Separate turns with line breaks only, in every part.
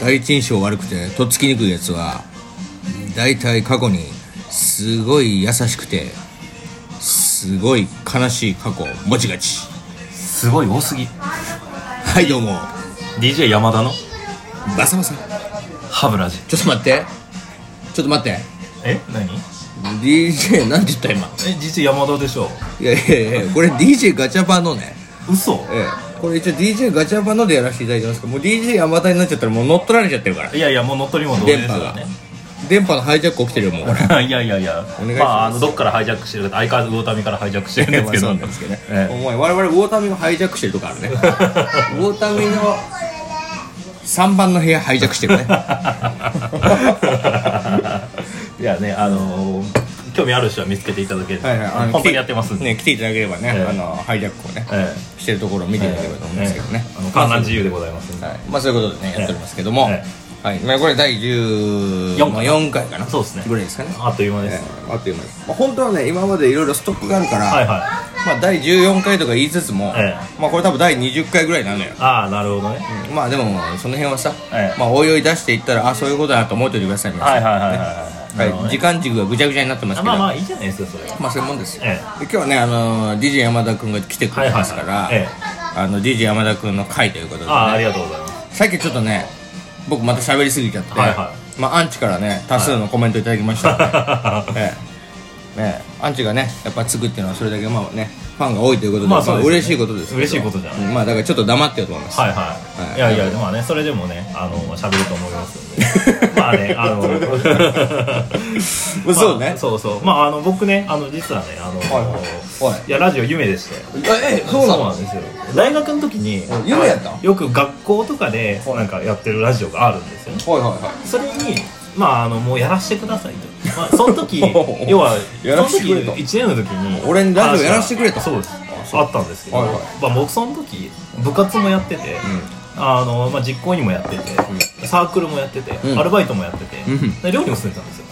第一印象悪くてとっつきにくいやつは大体過去にすごい優しくてすごい悲しい過去を持ちがち
すごい多すぎ
はいどうも
DJ 山田の
バサバサ
歯ブラシ
ちょっと待ってちょっと待って
え何
DJ なんて言った今
え実は山田でしょ
いやいやいやこれ DJ ガチャパンのね
嘘
ええこれ一応 DJ ガチャパンのでやらせていただいてますけどもう DJ 山田になっちゃったらもう乗っ取られちゃってるから
いやいやもう乗っ取りも同然
電
です
波
よ
が
ね
電波のハイジャック起きてるよもうこれ
いやいやいや
お願いします
まああのどっからハイジャックしてるか相変わらず魚民からハイジャッ クしてるんですけど
そうなんですけどね、
え
お前我々ウォータミンをハイジャックしてるとこある ねウォータミンの3番の部屋ハイジャックしてるね
え いやねあのー興味ある人は見つけていただける
はいはいあの
本当にやってますんで、
ね来ていただければね、
ええ
あのハイジャックをね、
え
してるところを見
え
ていただければと思うんですけどね
え、えあの観覧自由でございますんで、
はい、まあそういうことでねやっておりますけども、
え
はいまあ、これ第14
回
まあ4回かな
そうですね
ぐらいですかね
あっという間
え
です、
えあっという間です、まあ、本当はね今までいろいろストックがあるから、
はいはい
まあ、第14回とか言いつつも、
え
まあ、これ多分第20回ぐらいなのよ
ああなるほどね
まあでもその辺はさ、
ええ
まあおいおい出していったらあそういうことだなと思っておいてください皆さん
はいはいはいはいはい
はい
なるほどね
時間軸がぐちゃぐちゃになってます
あ
けど
まあまあいいじゃないですかそれは
まあそういうもんですよ、
え
で今日はねあのー DJ 山田君が来てくれますから、
はいはいはいえ
あの DJ 山田君の回ということで、ね、
ああありがとうございます
さっきちょっとね僕また喋りすぎちゃって、
はいは
まあアンチからね多数のコメントいただきましたので、 ええねアンチがねやっぱつくっていうのはそれだけまあねファンが多いということで,、
まあそうですね
嬉しいことですけど
嬉しいことじゃない
まあだからちょっと黙ってようと思います、
はいはい、い、やいやでもねそれでもねあの喋ると思いますん でまあねあの
そうね
まあそうそうまああの僕ねあの実はねあの、
はいはい
いやラジオ夢でして
ええそうなの
んですよ大学の時に
夢やった
よく学校とかで
はい
なんかやってるラジオがあるんですよね
はいはいはい
それにまああのもうやらしてください と、まあ、その時要は
やらしてくれと
その時1年の時に
俺にラジオやらしてくれと
そうですあったんですけど、
はいはい
まあ、僕その時部活もやってて、あのまあ、実行にもやってて、サークルもやってて、
うん
アルバイトもやってて、
うん
で寮にも住んでたんですよ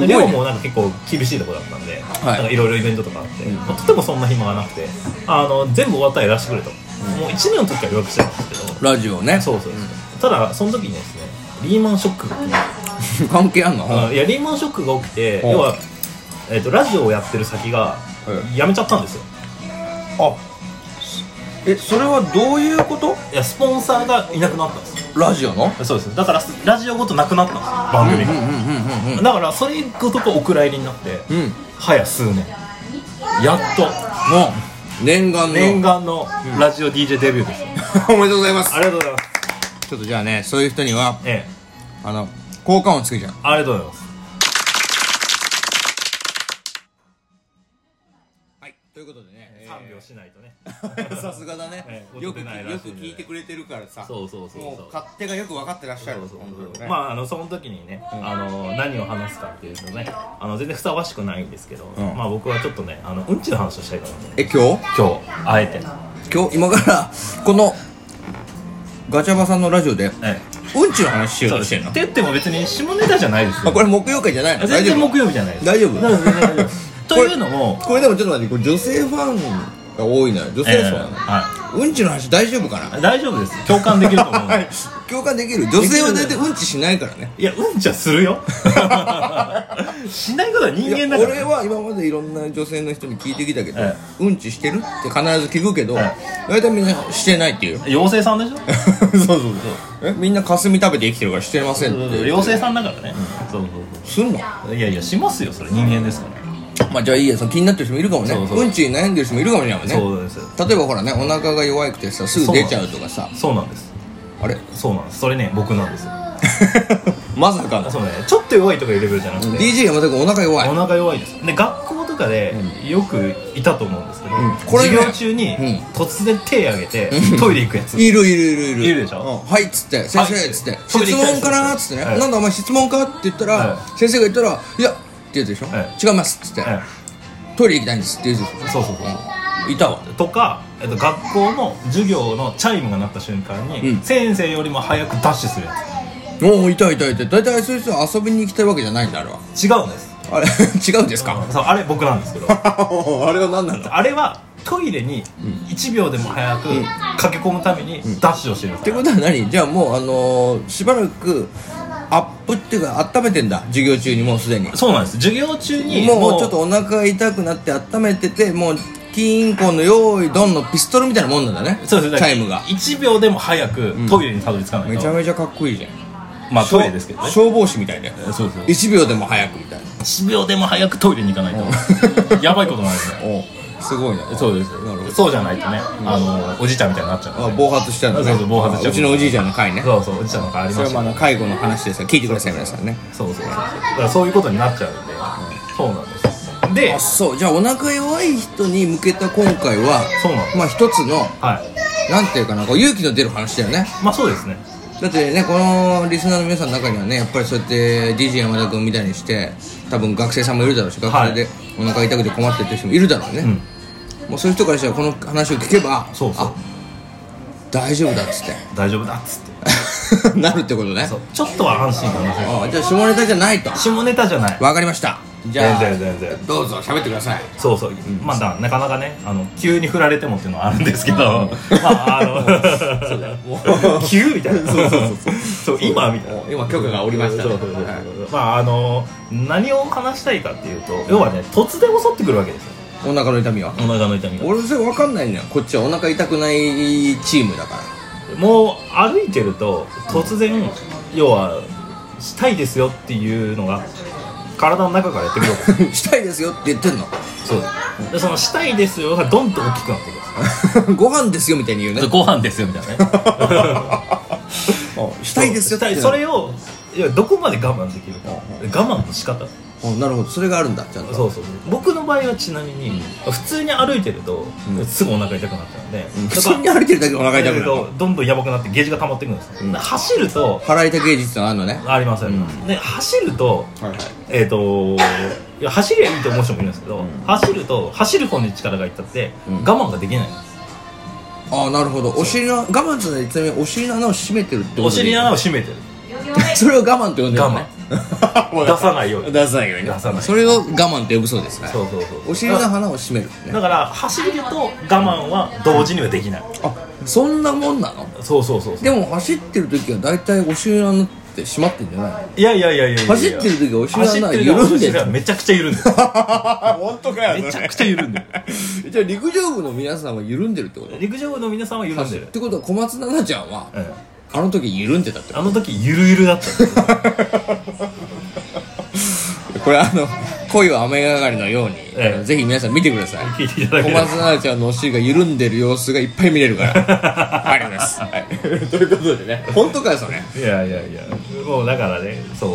ご
で
いね
寮もなんか結構厳しいとこだったんで、
い
なんかいろいろイベントとかあって、まあとてもそんな暇がなくてあの全部終わったらやらしてくれと、もう1年の時から予約してたんですけど
ラジオね
そうそうそう、ただその時にですねリーマンショックが起きました
関係あんの、
あのいやリーマンショックが起きて、
うん
要は、えっとラジオをやってる先が
う
辞めちゃったんですよ、
あえそれはどういうこと
いやスポンサーがいなくなったんです
ラジオの
よそうですだからラジオごとなくなったんですよ番組が、
うんうんうん
だからそれごとこうお蔵入りになって
うんうん
早数年やっと
もう念願の
念願 のラジオ DJ デビューです、
おめでとうございます
ありがとうございます
ちょっとじゃあねそういう人には
ええ
あの効果音つけちゃう
ありがとうございます
はいということでね
3秒しないとね
さすがだね
ええ
よく
音出ない
き
らしい
よ
ん
く
でね
聞いてくれてるからさ
そうそうそうそう
もう勝手がよく分かってらっしゃる
そうそう
本当に
そう
ね
まああのその時にね、あの何を話すかっていうとねあの全然ふさわしくないんですけど、
ん
まあ僕はちょっとねあのうんちの話をしたいかなと
え今日
今日あえて、
今日今からこのガチャバさんのラジオで
え
うんちの話し
え
ようとしてるの
って言っても別に下ネタじゃないです
あ
よ
これ木曜会じゃないの
全
大丈
然
夫
木曜日じゃないです
大丈夫
大丈夫大丈夫というのも
これでもちょっと待ってこれ女性ファンが多いのよ女性層なの、
は
うんちの話大丈夫かない
大丈夫です共感できると思う
共感できる女性は大体うんちしないからね
いやうんちはするよしないことは人間だから
いや俺は今までいろんな女性の人に聞いてきたけど、
え
うんちしてるって必ず聞くけど、
え
大体みんなしてないっていう
妖精さんで しょ
そうそうそうえみんなかすみ食べて生きてるからしてませんって
妖精さんだからね、そうそう
すんの
そういやいやしますよそれ人間ですから
まあじゃあいいやその気になってる人もいるかもね
そううそうん
ちに悩んでる人もいるかもしれないもんね
そうです
例えばほらねお腹が弱くてさすぐ出ちゃうとかさ
そうなんです
あれ
そうなんですそれね僕なんですよ
まさかの
そうねちょっと弱いとかいうレベルじゃなくて
DJ 山田君お腹弱い
お腹弱いですで学校とかでよくいたと思うんですけど、
んこれね
授業中に
うん
突然手挙げてトイレ行くやつ
いるいるいるいる
いるでしょ
うんはいっつって先生っつって
はい
質問かなっつってね
はい
なんだお前質問かって言ったら
は
先生が言ったらいやって言うでしょ
は
違いますっつって
え
トイレ行きたいんですって言うでしょ
えそうそうそう
うんいたわ
とか、えっと、学校の授業のチャイムが鳴った瞬間に、
うん
先生よりも早くダッシュするや
おおいたいたいた大体そういう人は遊びに行きたいわけじゃないんだあれは
つ違うんです
あれ 違うんですか
そうあれ僕なんですけど
あれは何なの
あれはトイレに1秒でも早く駆け込むためにダッシュをしてる
ってことは何じゃあもうあのーしばらくアップっていうか温めてんだ授業中にもうすでに
そうなんです授業中に
もうちょっとお腹痛くなって温めててもうキーンコンの用意ドンのピストルみたいなもんなんだね
そうですね
タイムが
1秒でも早くトイレにたどり着かない
め
と、
ちゃめちゃかっこいいじゃん
まあトイレですけどね
消防士みたいだよ
そうそう
1秒でも早くみたいな
1秒でも早くトイレに行かないとやばいことになるんですね
おうすごいね
そうです
なるほど
そうじゃないとね、あのおじいちゃんみたいになっちゃう
あ暴発しちゃうんだね
そうそう暴発しちゃう
あちのおじいちゃんの回ね
そうそうおじいちゃんの変わり
そ
ま
れ
し
はまあ
た
あの介護の話ですから聞いてください皆さんね
そうそうそうだからそういうことになっちゃうんで、そうなんですで
あそうじゃあお腹弱い人に向けた今回は
そうなんです
まあ一つの
はい
なんていうかなこう勇気の出る話だよね
まあそうですね
だってねこのリスナーの皆さんの中にはねやっぱりそうやって DJ 山田君みたいにして多分学生さんもいるだろうし学生でお腹痛くて困ってる人もいるだろうね、
うん
もうそういう人からしたらこの話を聞けば
そうそう
あ大丈夫だっつって
大丈夫だっつって
なるってことね
そうちょっとは安心感が
あじゃあ下ネタじゃないと
下ネタじゃない
わかりましたじゃあ
全然全然
どうぞ喋ってください
そうそう、まあだなかなかねあの急に振られてもっていうのはあるんですけど、 まああの 急みたいなそうそうそうそう今みたいな
お今許可が下りましたね
そうそうそうそう
はい
まああの何を話したいかっていうと要はね突然襲ってくるわけですよ
お腹の痛みは
お腹の痛みが
俺それ分かんないのよこっちはお腹痛くないチームだから
もう歩いてると突然要はしたいですよっていうのが体の中からやってくるわけです
したいですよって言ってんの
そうでそのしたいですよがどんと大きくなってくるんです
ご飯ですよみたいに言うね
ご飯ですよみたいなね
したいですよっ
した
て
い
いう
それをいやどこまで我慢できるか我慢の仕方
おなるほどそれがあるんだちゃんと
そうそう僕の場合はちなみに普通に歩いてると、
うん
すぐお腹痛くなっちゃうんで、
うん
だ
普通
か
に
ら
歩いてるだけでお腹痛くな
歩いて
る
るとどんどんやばくなってゲージが溜まってくるんですよ、
うん
走ると
腹痛芸術のあるのね
ありますよね、
う
で走ると
はいはい
えー、といや走りゃいいと思う人もいるんですけど、
うん
走ると走る方に力がいったって、
うん
我慢ができないんです
ああなるほどお尻の我慢ってのはちなみにお尻の穴を閉めてるってこと
お尻の穴
を
を閉めてる
それを我慢って呼んでるのね
出さないように
出さないようにね
出さない
それを我慢って呼ぶそうですね
そうそうそう
お尻の穴を閉めるね
だから走ると我慢は同時にはできない、
あそんなもんなの
そうそうそうそう
でも走ってる時は大体お尻の穴って閉まってんじゃない
いやいやいやいやいや
走ってる時はお尻の穴
走って
緩んでる
時はめちゃくちゃ緩んで る
本当かよ
めちゃくちゃ緩 んでる
じゃあ陸上部の皆さんは緩んでるってこと
陸上部の皆さんは緩んでる
っ、てことは小松菜奈ちゃんは
うん
あの時緩んでたってこ
あの時ゆるゆるだったんだよ
とこれあの恋は雨上がりのように、
ええ
あのぜひ皆さん見てください
聞いていただ
小松
け
菜
れば
奈ちゃんのお尻が緩んでる様子がいっぱい見れるから ありがとうございます、はい、ということでね本当かよそれ
いやいやいやもうだからねそう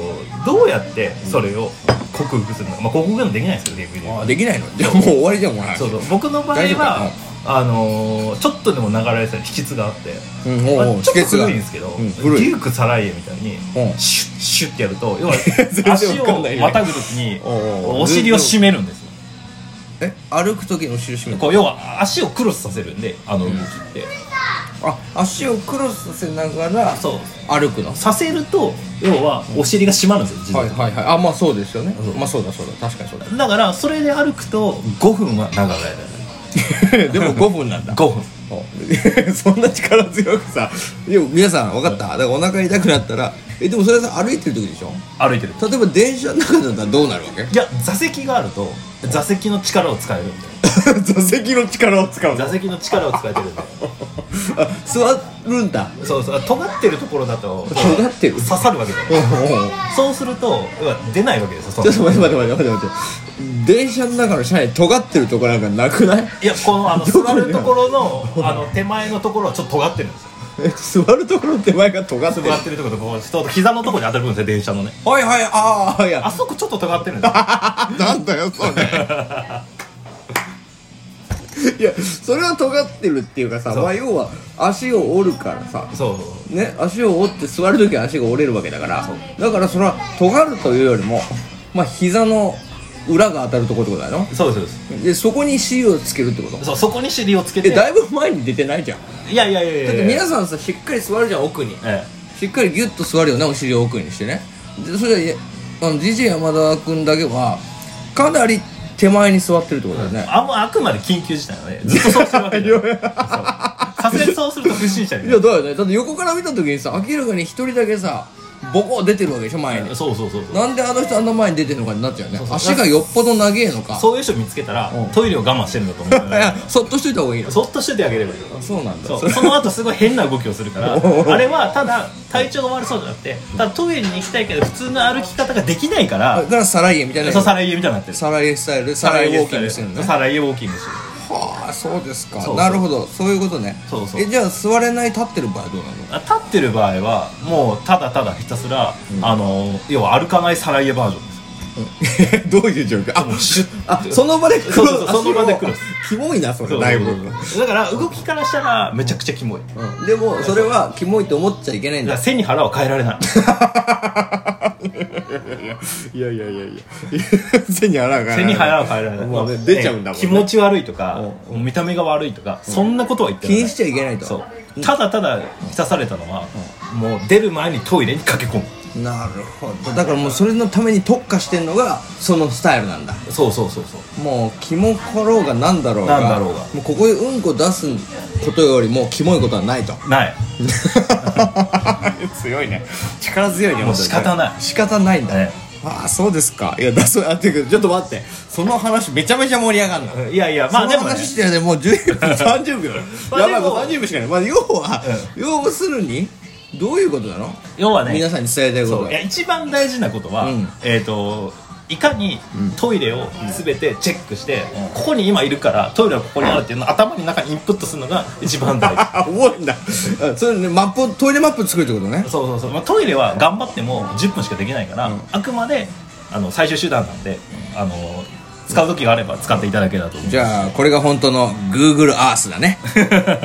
どうやってそれを克服するのか、まあ、克服なんてできないですけど逆に
あできないのじゃあもう終わりじゃんもう
そうそう僕の場合
大丈夫
は
か
あのーちょっとでも流れてた秘訣があって、
うんもう
まあ
もう
ちょっと
秘訣が
古いんですけど、
うん古い
リューク・サライエみたいに、
うん
シュッシュッってやると要は
全然
足
わかんない
を
ね
またぐ時に
おうおう
お尻を締めるんですよ
え歩く時のお尻閉めて
こう要は足をクロスさせるんであの動きって、
あ足をクロスさせながら
そう
歩くの
させると要はお尻が締まるんですよ自然と
はいはいはいあまあそうですよね
そう
まあそうだそうだ 確かに そう
だからそれで歩くと5分は長くやる
だでも5分なんだ
5分
そんな力強くさでも皆さん分かっただからお腹痛くなったらえでもそれはさ歩いてる時でしょ
歩いてる
例えば電車の中だったらどうなるわけ
いや座席があると座席の力を使えるん で
座席の力を使う
座席の力を使えてるんで
あ座るんだ
そうそう尖ってるところだと
尖ってる
刺さるわけだ
おう
よ
おう
そうすると要は出ないわけですよそ
ちょ
の
っと待って待って待って待って待って電車の中の車内尖ってるとこなんかなくない
いやこのあの
どこ
座るところのあの手前のところはちょっと尖ってるん ですよ
え座るところの手前が尖ってる
尖ってるところとこうちょっと膝のところに当たるんですよ電車のね
はいはいああいや
あそこちょっと尖ってるんですよ
なんだよそれいやそれは尖ってるっていうかさ
そう
まあ要は足を折るからさ
そう
ね足を折って座るときは足が折れるわけだからだからそれは尖るというよりもまあ膝の裏が当たるところってことだよ
そうそうです
でそこに C をつけるってこと
そうそこに尻をつけ
え
て
だいぶ前に出てないじゃん
いやいやいやいや
だっ
い
て
や
皆さんさしっかり座るじゃん奥に
え
しっかりギュッと座るよねお尻を奥にしてねでそれはいやあの DJ 山田君だけはかなり手手前に座ってるってことだよね、
あんまあくまで緊急事態だ ねずっとそうしてるわけじゃないそうさすがにそうすると不審者に
い
な
や
る
だよねだって横から見た時にさ明らかに一人だけさボコ出てるわけでしょ前に
そうそうそうそう
なんであの人あんな前に出てるのかになっちゃうね
そう
足がよっぽど長えのか
そういう人見つけたら
うん
トイレを我慢してるんだと思うん
い
だよ
や
ね
そっとしといた方がいいよ
そっとしててあげればいいよ
そうなんだ
そう
それ
その後すごい変な動きをするからあれはただ体調が悪そうじゃなくてただトイレに行きたいけど普通の歩き方ができないか
だ
ら
からサライエみたいな
そうサライエみたいになってる
サライエスタイルサライエウォーキングしてるのね
サライエウォーキングしてる
はあそうですか
そうそう
なるほどそういうことね
そうそう
えじゃあ座れない立ってる場合はど うなの
あ立ってる場合はもうただただひたすら、あの要は歩かないサライエバージョンです
どういう状況あ
もうシュッ
あその場で
そうそうそうその場でクロス
あキモいキモい なそれ
そう
だいぶ
だから動きからしたらめちゃくちゃキモい、だか
うんでもそれはキモいと思っちゃいけないんだ
ら背に腹は変えられない
いやいやいやいや背に腹が
背に腹は変えられない、
まあね出ちゃうんだもんね
気持ち悪いとか
う
見た目が悪いとか、そんなことは言って
気
ない
にしちゃいけないと
そうただただ満たされたのは、もう出る前にトイレに駆け込む
なるほどだからもうそれのために特化してんのがそのスタイルなんだ
そうそうそうそう
もうキモかろうがなんだろうが
なんだろうが
もうここでうんこ出すことよりもキモいことはないと
ない
強いね力強いね
もう仕方な
本
い
当に仕方ないんだね
ね
ああそうですかいやだそうあっていうけどちょっと待ってその話めちゃめちゃ盛り上がるの
いやいやまあで
その
も、ね、
話してるねもう10分30秒
まあ
やばい
でも
もう30秒しかない、まあ、要は、要するにどういうことなの、
要はね
皆さんに伝えたいこと
そう
が
いや一番大事なことは、
うん
えっ、といかにトイレを全てチェックして、ここに今いるからトイレはここにあるっていうのを頭の中にインプットするのが一番 大事
あ覚えんだあそれねマップトイレマップ作るってことね
そうそうそう、まあ、トイレは頑張っても10分しかできないから、あくまであの最終手段なんであの使う時があれば使っていただければと思う
じゃあこれが本当の Google Earth だね